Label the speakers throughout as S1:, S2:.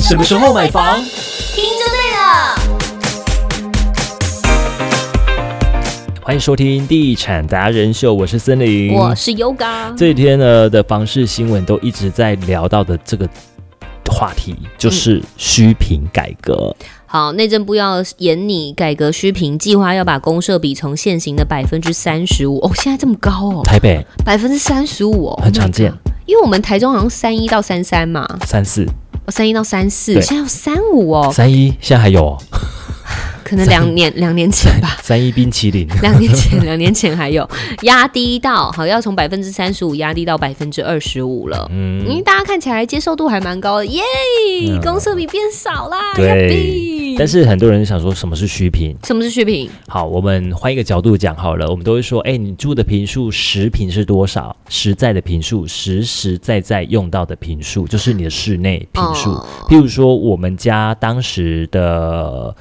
S1: 什么时候买房？
S2: 听就对了。
S1: 欢迎收听《地产达人秀》，我是森林，
S2: 我是 Yoga，
S1: 嗯这几天呢的房市新闻都一直在聊到的这个话题，就是虚评改革。
S2: 好，内政部要研拟改革虚评计划，要把公社比从现行的百分之三十五，哦，现在这么高哦，
S1: 台北
S2: 百分之三十五哦，
S1: 很常见
S2: Oh my god，因为我们台中好像三一到三三嘛，哦
S1: 三四
S2: 三一到三四，
S1: 对
S2: 现在要三五哦，
S1: 三一，现在还有哦，。
S2: 可能两年两年前吧
S1: 三一冰淇淋。
S2: 两年前，两年前还有压低到好，要从百分之三十五压低到百分之二十五了。因
S1: 嗯
S2: 为，大家看起来接受度还蛮高的，耶、
S1: 嗯
S2: 公社比变少啦，
S1: 对
S2: Yuppie。
S1: 但是很多人想说什么是虚评？
S2: 什么是续品？
S1: 好，我们换一个角度讲好了，我们都会说，哎、你住的平数实平是多少？实在的平数，实实在在用到的平数，就是你的室内平数。
S2: 哦
S1: 譬如说，我们家当时的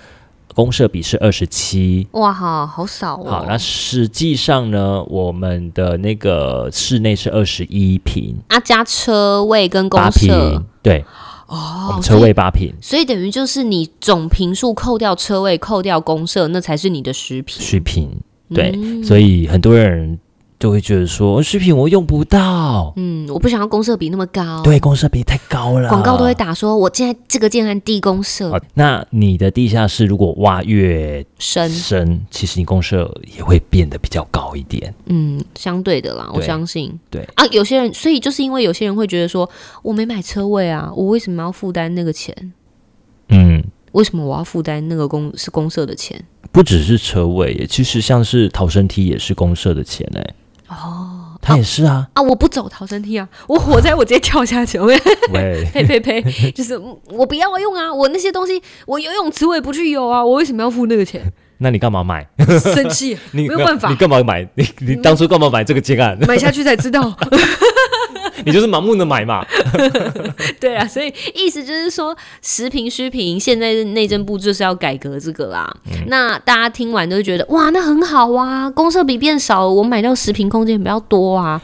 S1: 公设比是二十七。
S2: 哇，好好少哦。
S1: 好，那实际上呢，我们的那个室内是二十一平，
S2: 啊加车位跟公
S1: 八
S2: 社
S1: 平，对，我
S2: 哦
S1: 们，车
S2: 所以
S1: 位八平，
S2: 所以等于就是你总平数扣掉车位、扣掉公社，那才是你的实品。
S1: 虚平，对，
S2: 嗯
S1: 所以很多人就会觉得说，哦虚平我用不到，
S2: 嗯，我不想要公社比那么高，
S1: 对，公设比太高了，
S2: 嗯广告都会。打说，我现在这个建案低公社
S1: 好，那你的地下室如果挖越
S2: 深，
S1: 深，其实你公设也会变得比较高一点。
S2: 嗯，相对的啦，我
S1: 对
S2: 相信。
S1: 对
S2: 啊，有些人，所以就是因为有些人会觉得说，我没买车位啊，我为什么要负担那个钱？
S1: 嗯，
S2: 为什么我要负担那个公是公社的钱？
S1: 不只是车位，其实像是逃生梯也是公社的钱哎、哦，他也是 啊，
S2: 啊，我不走逃生梯啊，我火灾我直接跳下去，我也，
S1: 喂
S2: 呸呸呸，就是嗯我不要啊用啊，我那些东西我游泳池我也不去游啊，我为什么要付那个钱？
S1: 那你干嘛买？
S2: 生气，
S1: 你
S2: 没有办
S1: 你
S2: 法，嗯
S1: 干嘛买？ 你你当初干嘛买这个建案？
S2: 买下去才知道。
S1: 你就是盲目的买嘛。
S2: 对啊，所以意思就是说，时评虚评，现在内政部就是要改革这个啦。那大家听完都会觉得哇，那很好啊，公社比变少了，我买到十平空间比较多啊。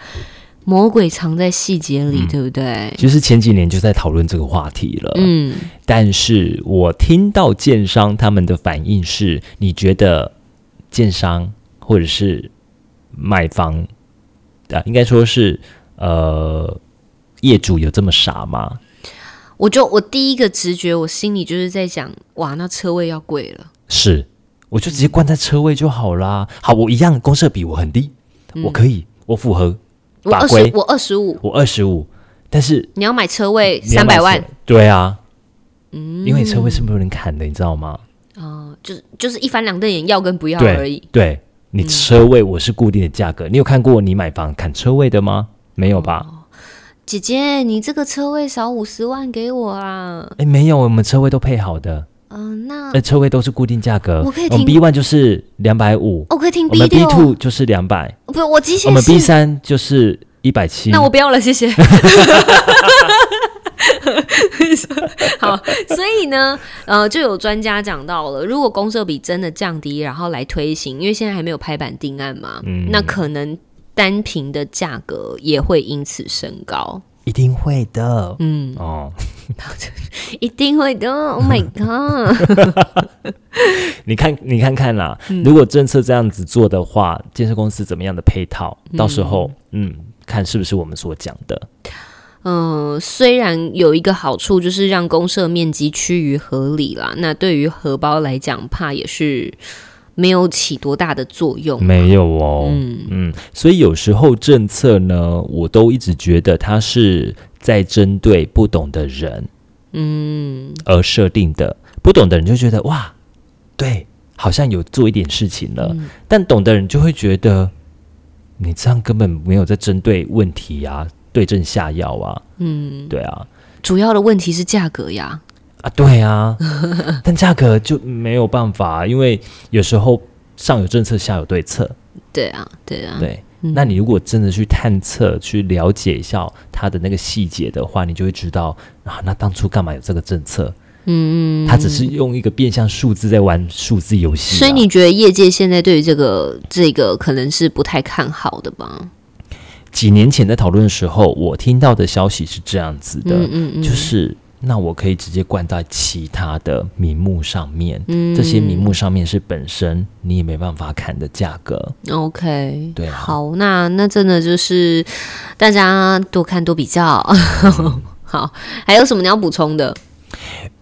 S2: 魔鬼藏在细节里，对不对？
S1: 其实前几年就在讨论这个话题了，
S2: 嗯，
S1: 但是我听到建商他们的反应是，你觉得建商或者是买房啊，应该说是呃业主有这么傻吗？
S2: 我就我第一个直觉，我心里就是在想，哇，那车位要贵了。
S1: 是，我就直接关在车位就好啦。好，我一样公设比我很低，
S2: 嗯
S1: 我可以，我符合
S2: 我
S1: 法
S2: 二
S1: 规
S2: 十，我二十五，
S1: 我二十五，但是
S2: 你要买车位
S1: 你要
S2: 三
S1: 买
S2: 百
S1: 车
S2: 万，，嗯
S1: 对啊，因为车位是没有人砍的，你知道吗？
S2: 哦，就是就是一翻两瞪眼，要跟不要
S1: 对
S2: 而已。嗯
S1: 对，你车位我是固定的价格，你有看过你买房砍车位的吗？没有吧？
S2: 哦姐姐，你这个车位少五十万给我啊。
S1: 哎、没有，我们车位都配好的，
S2: 嗯，那
S1: 那、车位都是固定价格。
S2: 我可以
S1: 们
S2: 听
S1: B one 就是两百五，
S2: 我可以听
S1: 我
S2: B
S1: 们 B
S2: 六，
S1: two 就是两百，
S2: 不是我机
S1: 我们 B
S2: 械是，
S1: 三就是一百七。
S2: 那我不要了，谢 谢。好，所以呢，呃，就有专家讲到了，如果公社比真的降低，然后来推行，因为现在还没有拍板定案嘛，
S1: 嗯
S2: 那可能单瓶的价格也会因此升高。
S1: 一定会的。
S2: 嗯，
S1: 哦，
S2: 一定会的。Oh my god！
S1: 你看，你看看啦，如果政策这样子做的话，建设公司怎么样的配套，到时候嗯，看是不是我们所讲的。
S2: 嗯，虽然有一个好处就是让公社面积趋于合理啦，那对于荷包来讲，怕也是没有起多大的作用。
S1: 没有哦，嗯所以有时候政策呢，我都一直觉得它是在针对不懂的人，嗯，而设定的。不懂的人就觉得哇，对，好像有做一点事情了，但懂的人就会觉得你这样根本没有在针对问题啊，对症下药啊，嗯，对啊，
S2: 主要的问题是价格呀。
S1: 啊，对啊，但价格就没有办法，啊因为有时候上有政策，下有对策。
S2: 对啊，对啊，
S1: 对，那你如果真的去探测、去了解一下它的那个细节的话，你就会知道啊，那当初干嘛有这个政策？嗯，它只是用一个变相数字在玩数字游戏啊、
S2: 所以你觉得业界现在对于这个这个可能是不太看好的吧？
S1: 几年前在讨论的时候，我听到的消息是这样子的，
S2: 嗯嗯嗯，
S1: 就是那我可以直接灌在其他的名目上面，嗯、这些名目上面是本身你也没办法砍的价格。
S2: OK，
S1: 对啊
S2: 好，那那真的就是大家多看多比较。
S1: 嗯
S2: 好，还有什么你要补充的？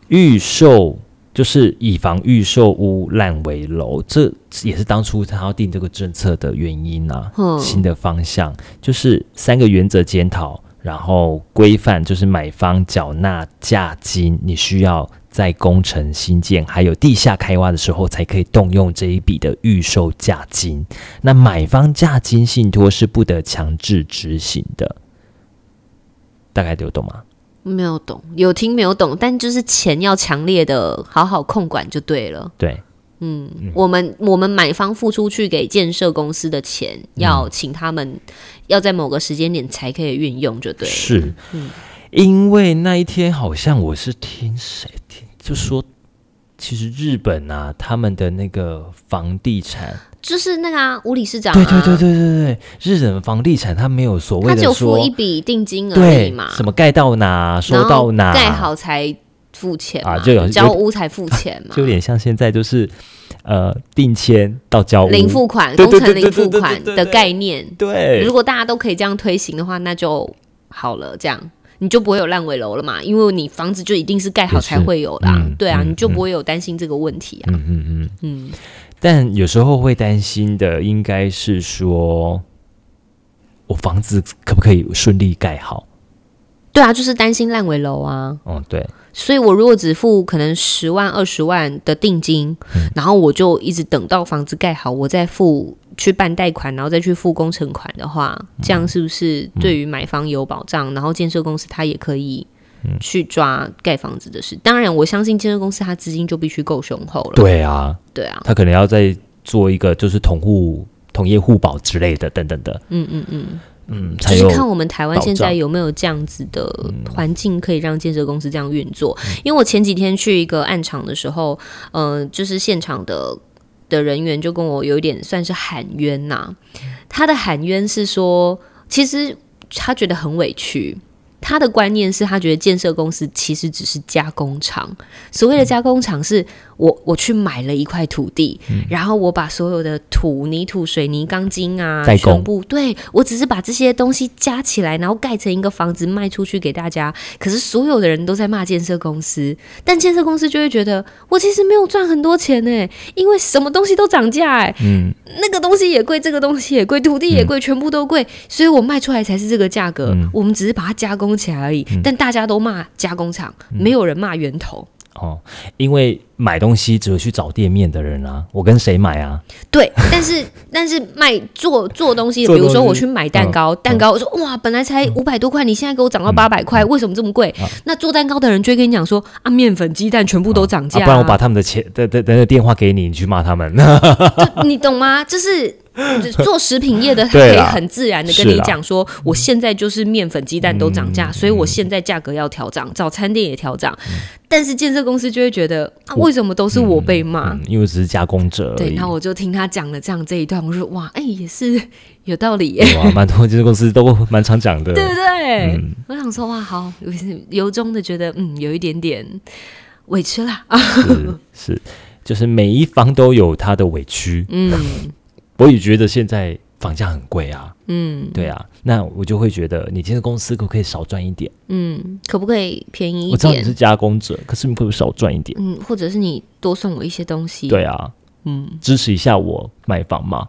S1: 预售就是以防预售屋烂尾楼，这也是当初他要定这个政策的原因啊。
S2: 嗯
S1: 新的方向就是三个原则检讨，然后规范就是买方缴纳价金，你需要在工程新建还有地下开挖的时候才可以动用这一笔的预售价金。那买方价金信托是不得强制执行的，大概有懂吗？
S2: 没有懂，有听没有懂，但就是钱要强烈的好好控管就对了。
S1: 对，
S2: 我们我们买方付出去给建设公司的钱，要请他们要在某个时间点才可以运用，就对嗯了。
S1: 是，因为那一天好像我是听谁听就说，其实日本啊，他们的那个房地产，
S2: 就是那个啊，吴理事长、啊，
S1: 对对对对对对，日本房地产它没有所谓
S2: 他只
S1: 的
S2: 有付
S1: 说
S2: 一，笔定金而已
S1: 对
S2: 嘛，，
S1: 什么盖到哪收
S2: 然后
S1: 到哪，
S2: 盖好才付钱嘛，
S1: 啊就有
S2: 交屋才付钱 嘛，
S1: 就有点像现在就是呃定签到交屋
S2: 零付嗯款、
S1: 对
S2: 工
S1: 对
S2: 程
S1: 对
S2: 零
S1: 对
S2: 付
S1: 对对
S2: 款
S1: 对
S2: 的
S1: 对
S2: 概念。
S1: 对
S2: 如果大家都可以这样推行的话，那就好了，这样。你就不会有烂尾楼了嘛？因为你房子就一定是盖好
S1: 也是
S2: 才会有啦，
S1: 嗯
S2: 对啊，
S1: 嗯
S2: 你就不会有担心这个问题啊。
S1: 嗯嗯嗯，
S2: 嗯，
S1: 但有时候会担心的应该是说，我房子可不可以顺利盖好？
S2: 对啊，就是担心烂尾楼啊。
S1: 嗯，对，
S2: 所以我如果只付可能十万、二十万的定金，然后我就一直等到房子盖好，我再付去办贷款，然后再去付工程款的话，这样是不是对于买方有保障？然后建设公司它也可以去抓盖房子的事。当然，我相信建设公司它资金就必须够雄厚了。
S1: 对啊，
S2: 对啊，
S1: 他可能要再做一个就是同户同业互保之类的等等的，
S2: 嗯嗯嗯，
S1: 嗯，才
S2: 就是
S1: 有
S2: 看我们台湾
S1: 保
S2: 现在
S1: 障嗯
S2: 有没有这样子的环境可以让建设公司这样运作。因为我前几天去一个暗场的时候，嗯、就是现场的的人员就跟我有一点算是喊冤呐、他的喊冤是说，其实他觉得很委屈。他的观念是他觉得建设公司其实只是加工厂。所谓的加工厂是我我去买了一块土地，
S1: 嗯
S2: 然后我把所有的土、泥土、水泥、钢筋啊，
S1: 代工
S2: 全部对我只是把这些东西加起来，然后盖成一个房子卖出去给大家。可是所有的人都在骂建设公司，但建设公司就会觉得我其实没有赚很多钱呢、因为什么东西都涨价哎、
S1: 嗯
S2: 那个东西也贵，这个东西也贵，土地也贵，全部都贵，所以我卖出来才是这个价格。
S1: 嗯
S2: 我们只是把它加工起来而已，但大家都骂加工厂，
S1: 嗯
S2: 没有人骂源头。
S1: 哦，因为买东西只有去找店面的人啊，我跟谁买啊？
S2: 对，但是但是卖做做东西，比
S1: 做
S2: 如
S1: 东
S2: 说我
S1: 西嗯
S2: 去买蛋糕，蛋糕我说哇，本来才五百多块，你现在给我涨到八百块，为什么这么贵？
S1: 嗯
S2: 那做蛋糕的人就会跟你讲说啊，面粉、鸡蛋全部都涨价、
S1: 啊不然我把他们的钱的的的电话给你，你去骂他 们。
S2: 就你懂吗？ 就是做食品业的，他可
S1: 对
S2: 以
S1: 啦
S2: 很自然的跟
S1: 是
S2: 你
S1: 啦嗯
S2: 讲说，我现在就是面粉、鸡蛋都涨价，所以我现在价格要调涨，早餐店也调涨。但是建设公司就会觉得，啊，为什么都是我被骂？
S1: 嗯，因为我只是加工者而
S2: 对，
S1: 已。
S2: 然后我就听他讲了这样这一段，我说哇，哎、也是有道理 耶，
S1: 哇，啊蛮多这公司都蛮常讲的。
S2: 对不对？
S1: 嗯
S2: 我想说哇，好，我是由衷的觉得，嗯，有一点点委屈啦，啊，
S1: 是是，就是每一方都有他的委屈。
S2: 嗯
S1: 我也觉得现在房价很贵啊，
S2: 嗯
S1: 对啊，那我就会觉得你今天公司可不可以少赚一点？
S2: 嗯，可不可以便宜一
S1: 我知道你
S2: 点
S1: 是？加工者，可是你可不可以少赚一点？
S2: 嗯，或者是你多送我一些东西，
S1: 对啊，
S2: 嗯，
S1: 支持一下我买房嘛，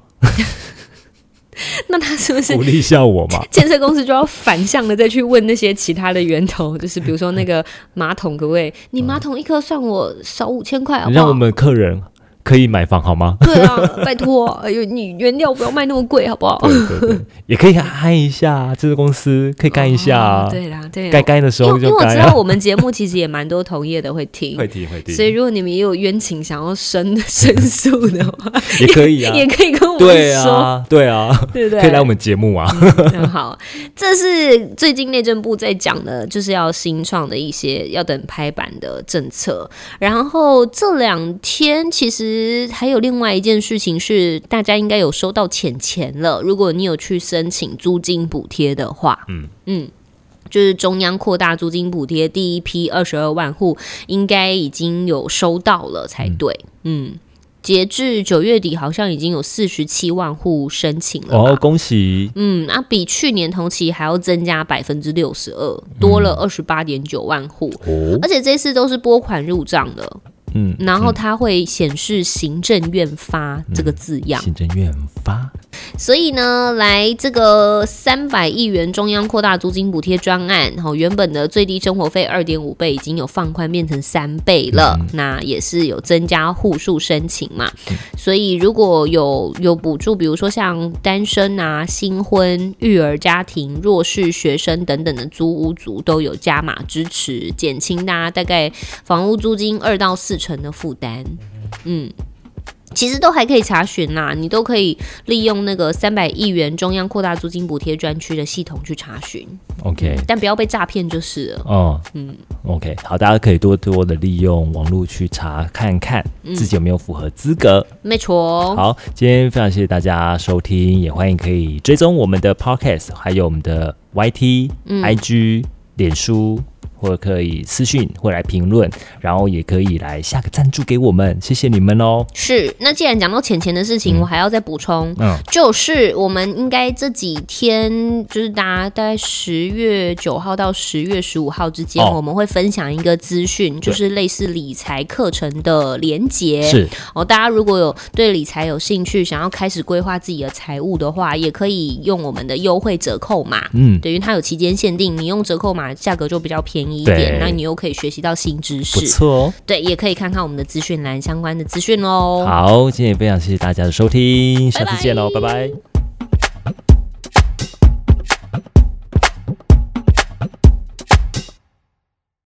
S2: 那他是不是。
S1: 鼓励一下我嘛
S2: 建设公司就要反向的再去问那些其他的源头？就是比如说那个马桶，可不可以？你马桶一颗算我少五千块，好
S1: 你
S2: 不
S1: 让我
S2: 好？？
S1: 们客嗯人可以买房好吗
S2: 对啊，拜托，哎呦，你原料不要卖那么贵，好不好？
S1: 对对对，也可以嗨一下啊，这个公司可以干一下
S2: 哦
S1: 啊，
S2: 对啦，对啦，
S1: 该干的时
S2: 因为
S1: 候
S2: 因为
S1: 就
S2: 我
S1: 干
S2: 知
S1: 啊，
S2: 道。我们节目其实也蛮多同业的会听
S1: 会提会提，
S2: 所以如果你们也有冤情想要申申诉的话，
S1: 也可以啊，
S2: 也可以跟我
S1: 对
S2: 们说，
S1: 啊，对啊，
S2: 对不对？
S1: 可以来我们节目啊。
S2: 很嗯好，这是最近内政部在讲的，就是要新创的一些要等拍板的政策。然后这两天其实还有另外一件事情是，大家应该有收到钱钱了。如果你有去申请租金补贴的话，嗯嗯。就是中央扩大租金补贴第一批二十二万户，应该已经有收到了才对。嗯，截至九月底，好像已经有四十七万户申请了吧。
S1: 哦，恭喜，
S2: 嗯，那、比去年同期还要增加百分之六十二，多了二十八点九万户，
S1: 哦，
S2: 而且这次都是拨款入账的，
S1: 嗯，
S2: 然后它会显示“行政院发”这个字样。
S1: 行政院发，
S2: 所以呢，来这个三百亿元中央扩大租金补贴专案，哈、原本的最低生活费二点五倍已经有放宽变成三倍了，那也是有增加户数申请嘛。所以如果有有补助，比如说像单身啊、新婚、育儿家庭、弱势学生等等的租屋族都有加码支持，减轻大家大概房屋租金二到四成的负担。嗯。其实都还可以查询啦，你都可以利用那个三百亿元中央扩大租金补贴专区的系统去查询，
S1: ，OK，
S2: 但不要被诈骗就是了。
S1: 哦，
S2: 嗯
S1: 嗯，OK，好，大家可以多多的利用网络去查看看
S2: 嗯
S1: 自己有没有符合资格。
S2: 没错，
S1: 好，今天非常谢谢大家收听，也欢迎可以追踪我们的 Podcast，还有我们的 YT、IG、脸书。或者可以私讯，或来评论，然后也可以来下个赞助给我们，谢谢你们哦。
S2: 是。那既然讲到钱钱的事情，我还要再补充，
S1: 嗯，
S2: 就是我们应该这几天，就是大家大概十月九号到十月十五号之间，
S1: 哦
S2: 我们会分享一个资讯，就是类似理财课程的连结。
S1: 是，
S2: 哦，大家如果有对理财有兴趣，想要开始规划自己的财务的话，也可以用我们的优惠折扣码。
S1: 嗯，
S2: 对，因为它有期间限定，你用折扣码价格就比较便宜一点
S1: 对，
S2: 那你又可以学习到新知识
S1: 不。错哦。
S2: 对，也可以看看我们的资讯栏相关的资讯喽。
S1: 好，今天也非常谢谢大家的收听，下次见喽，
S2: 哦拜拜
S1: 拜拜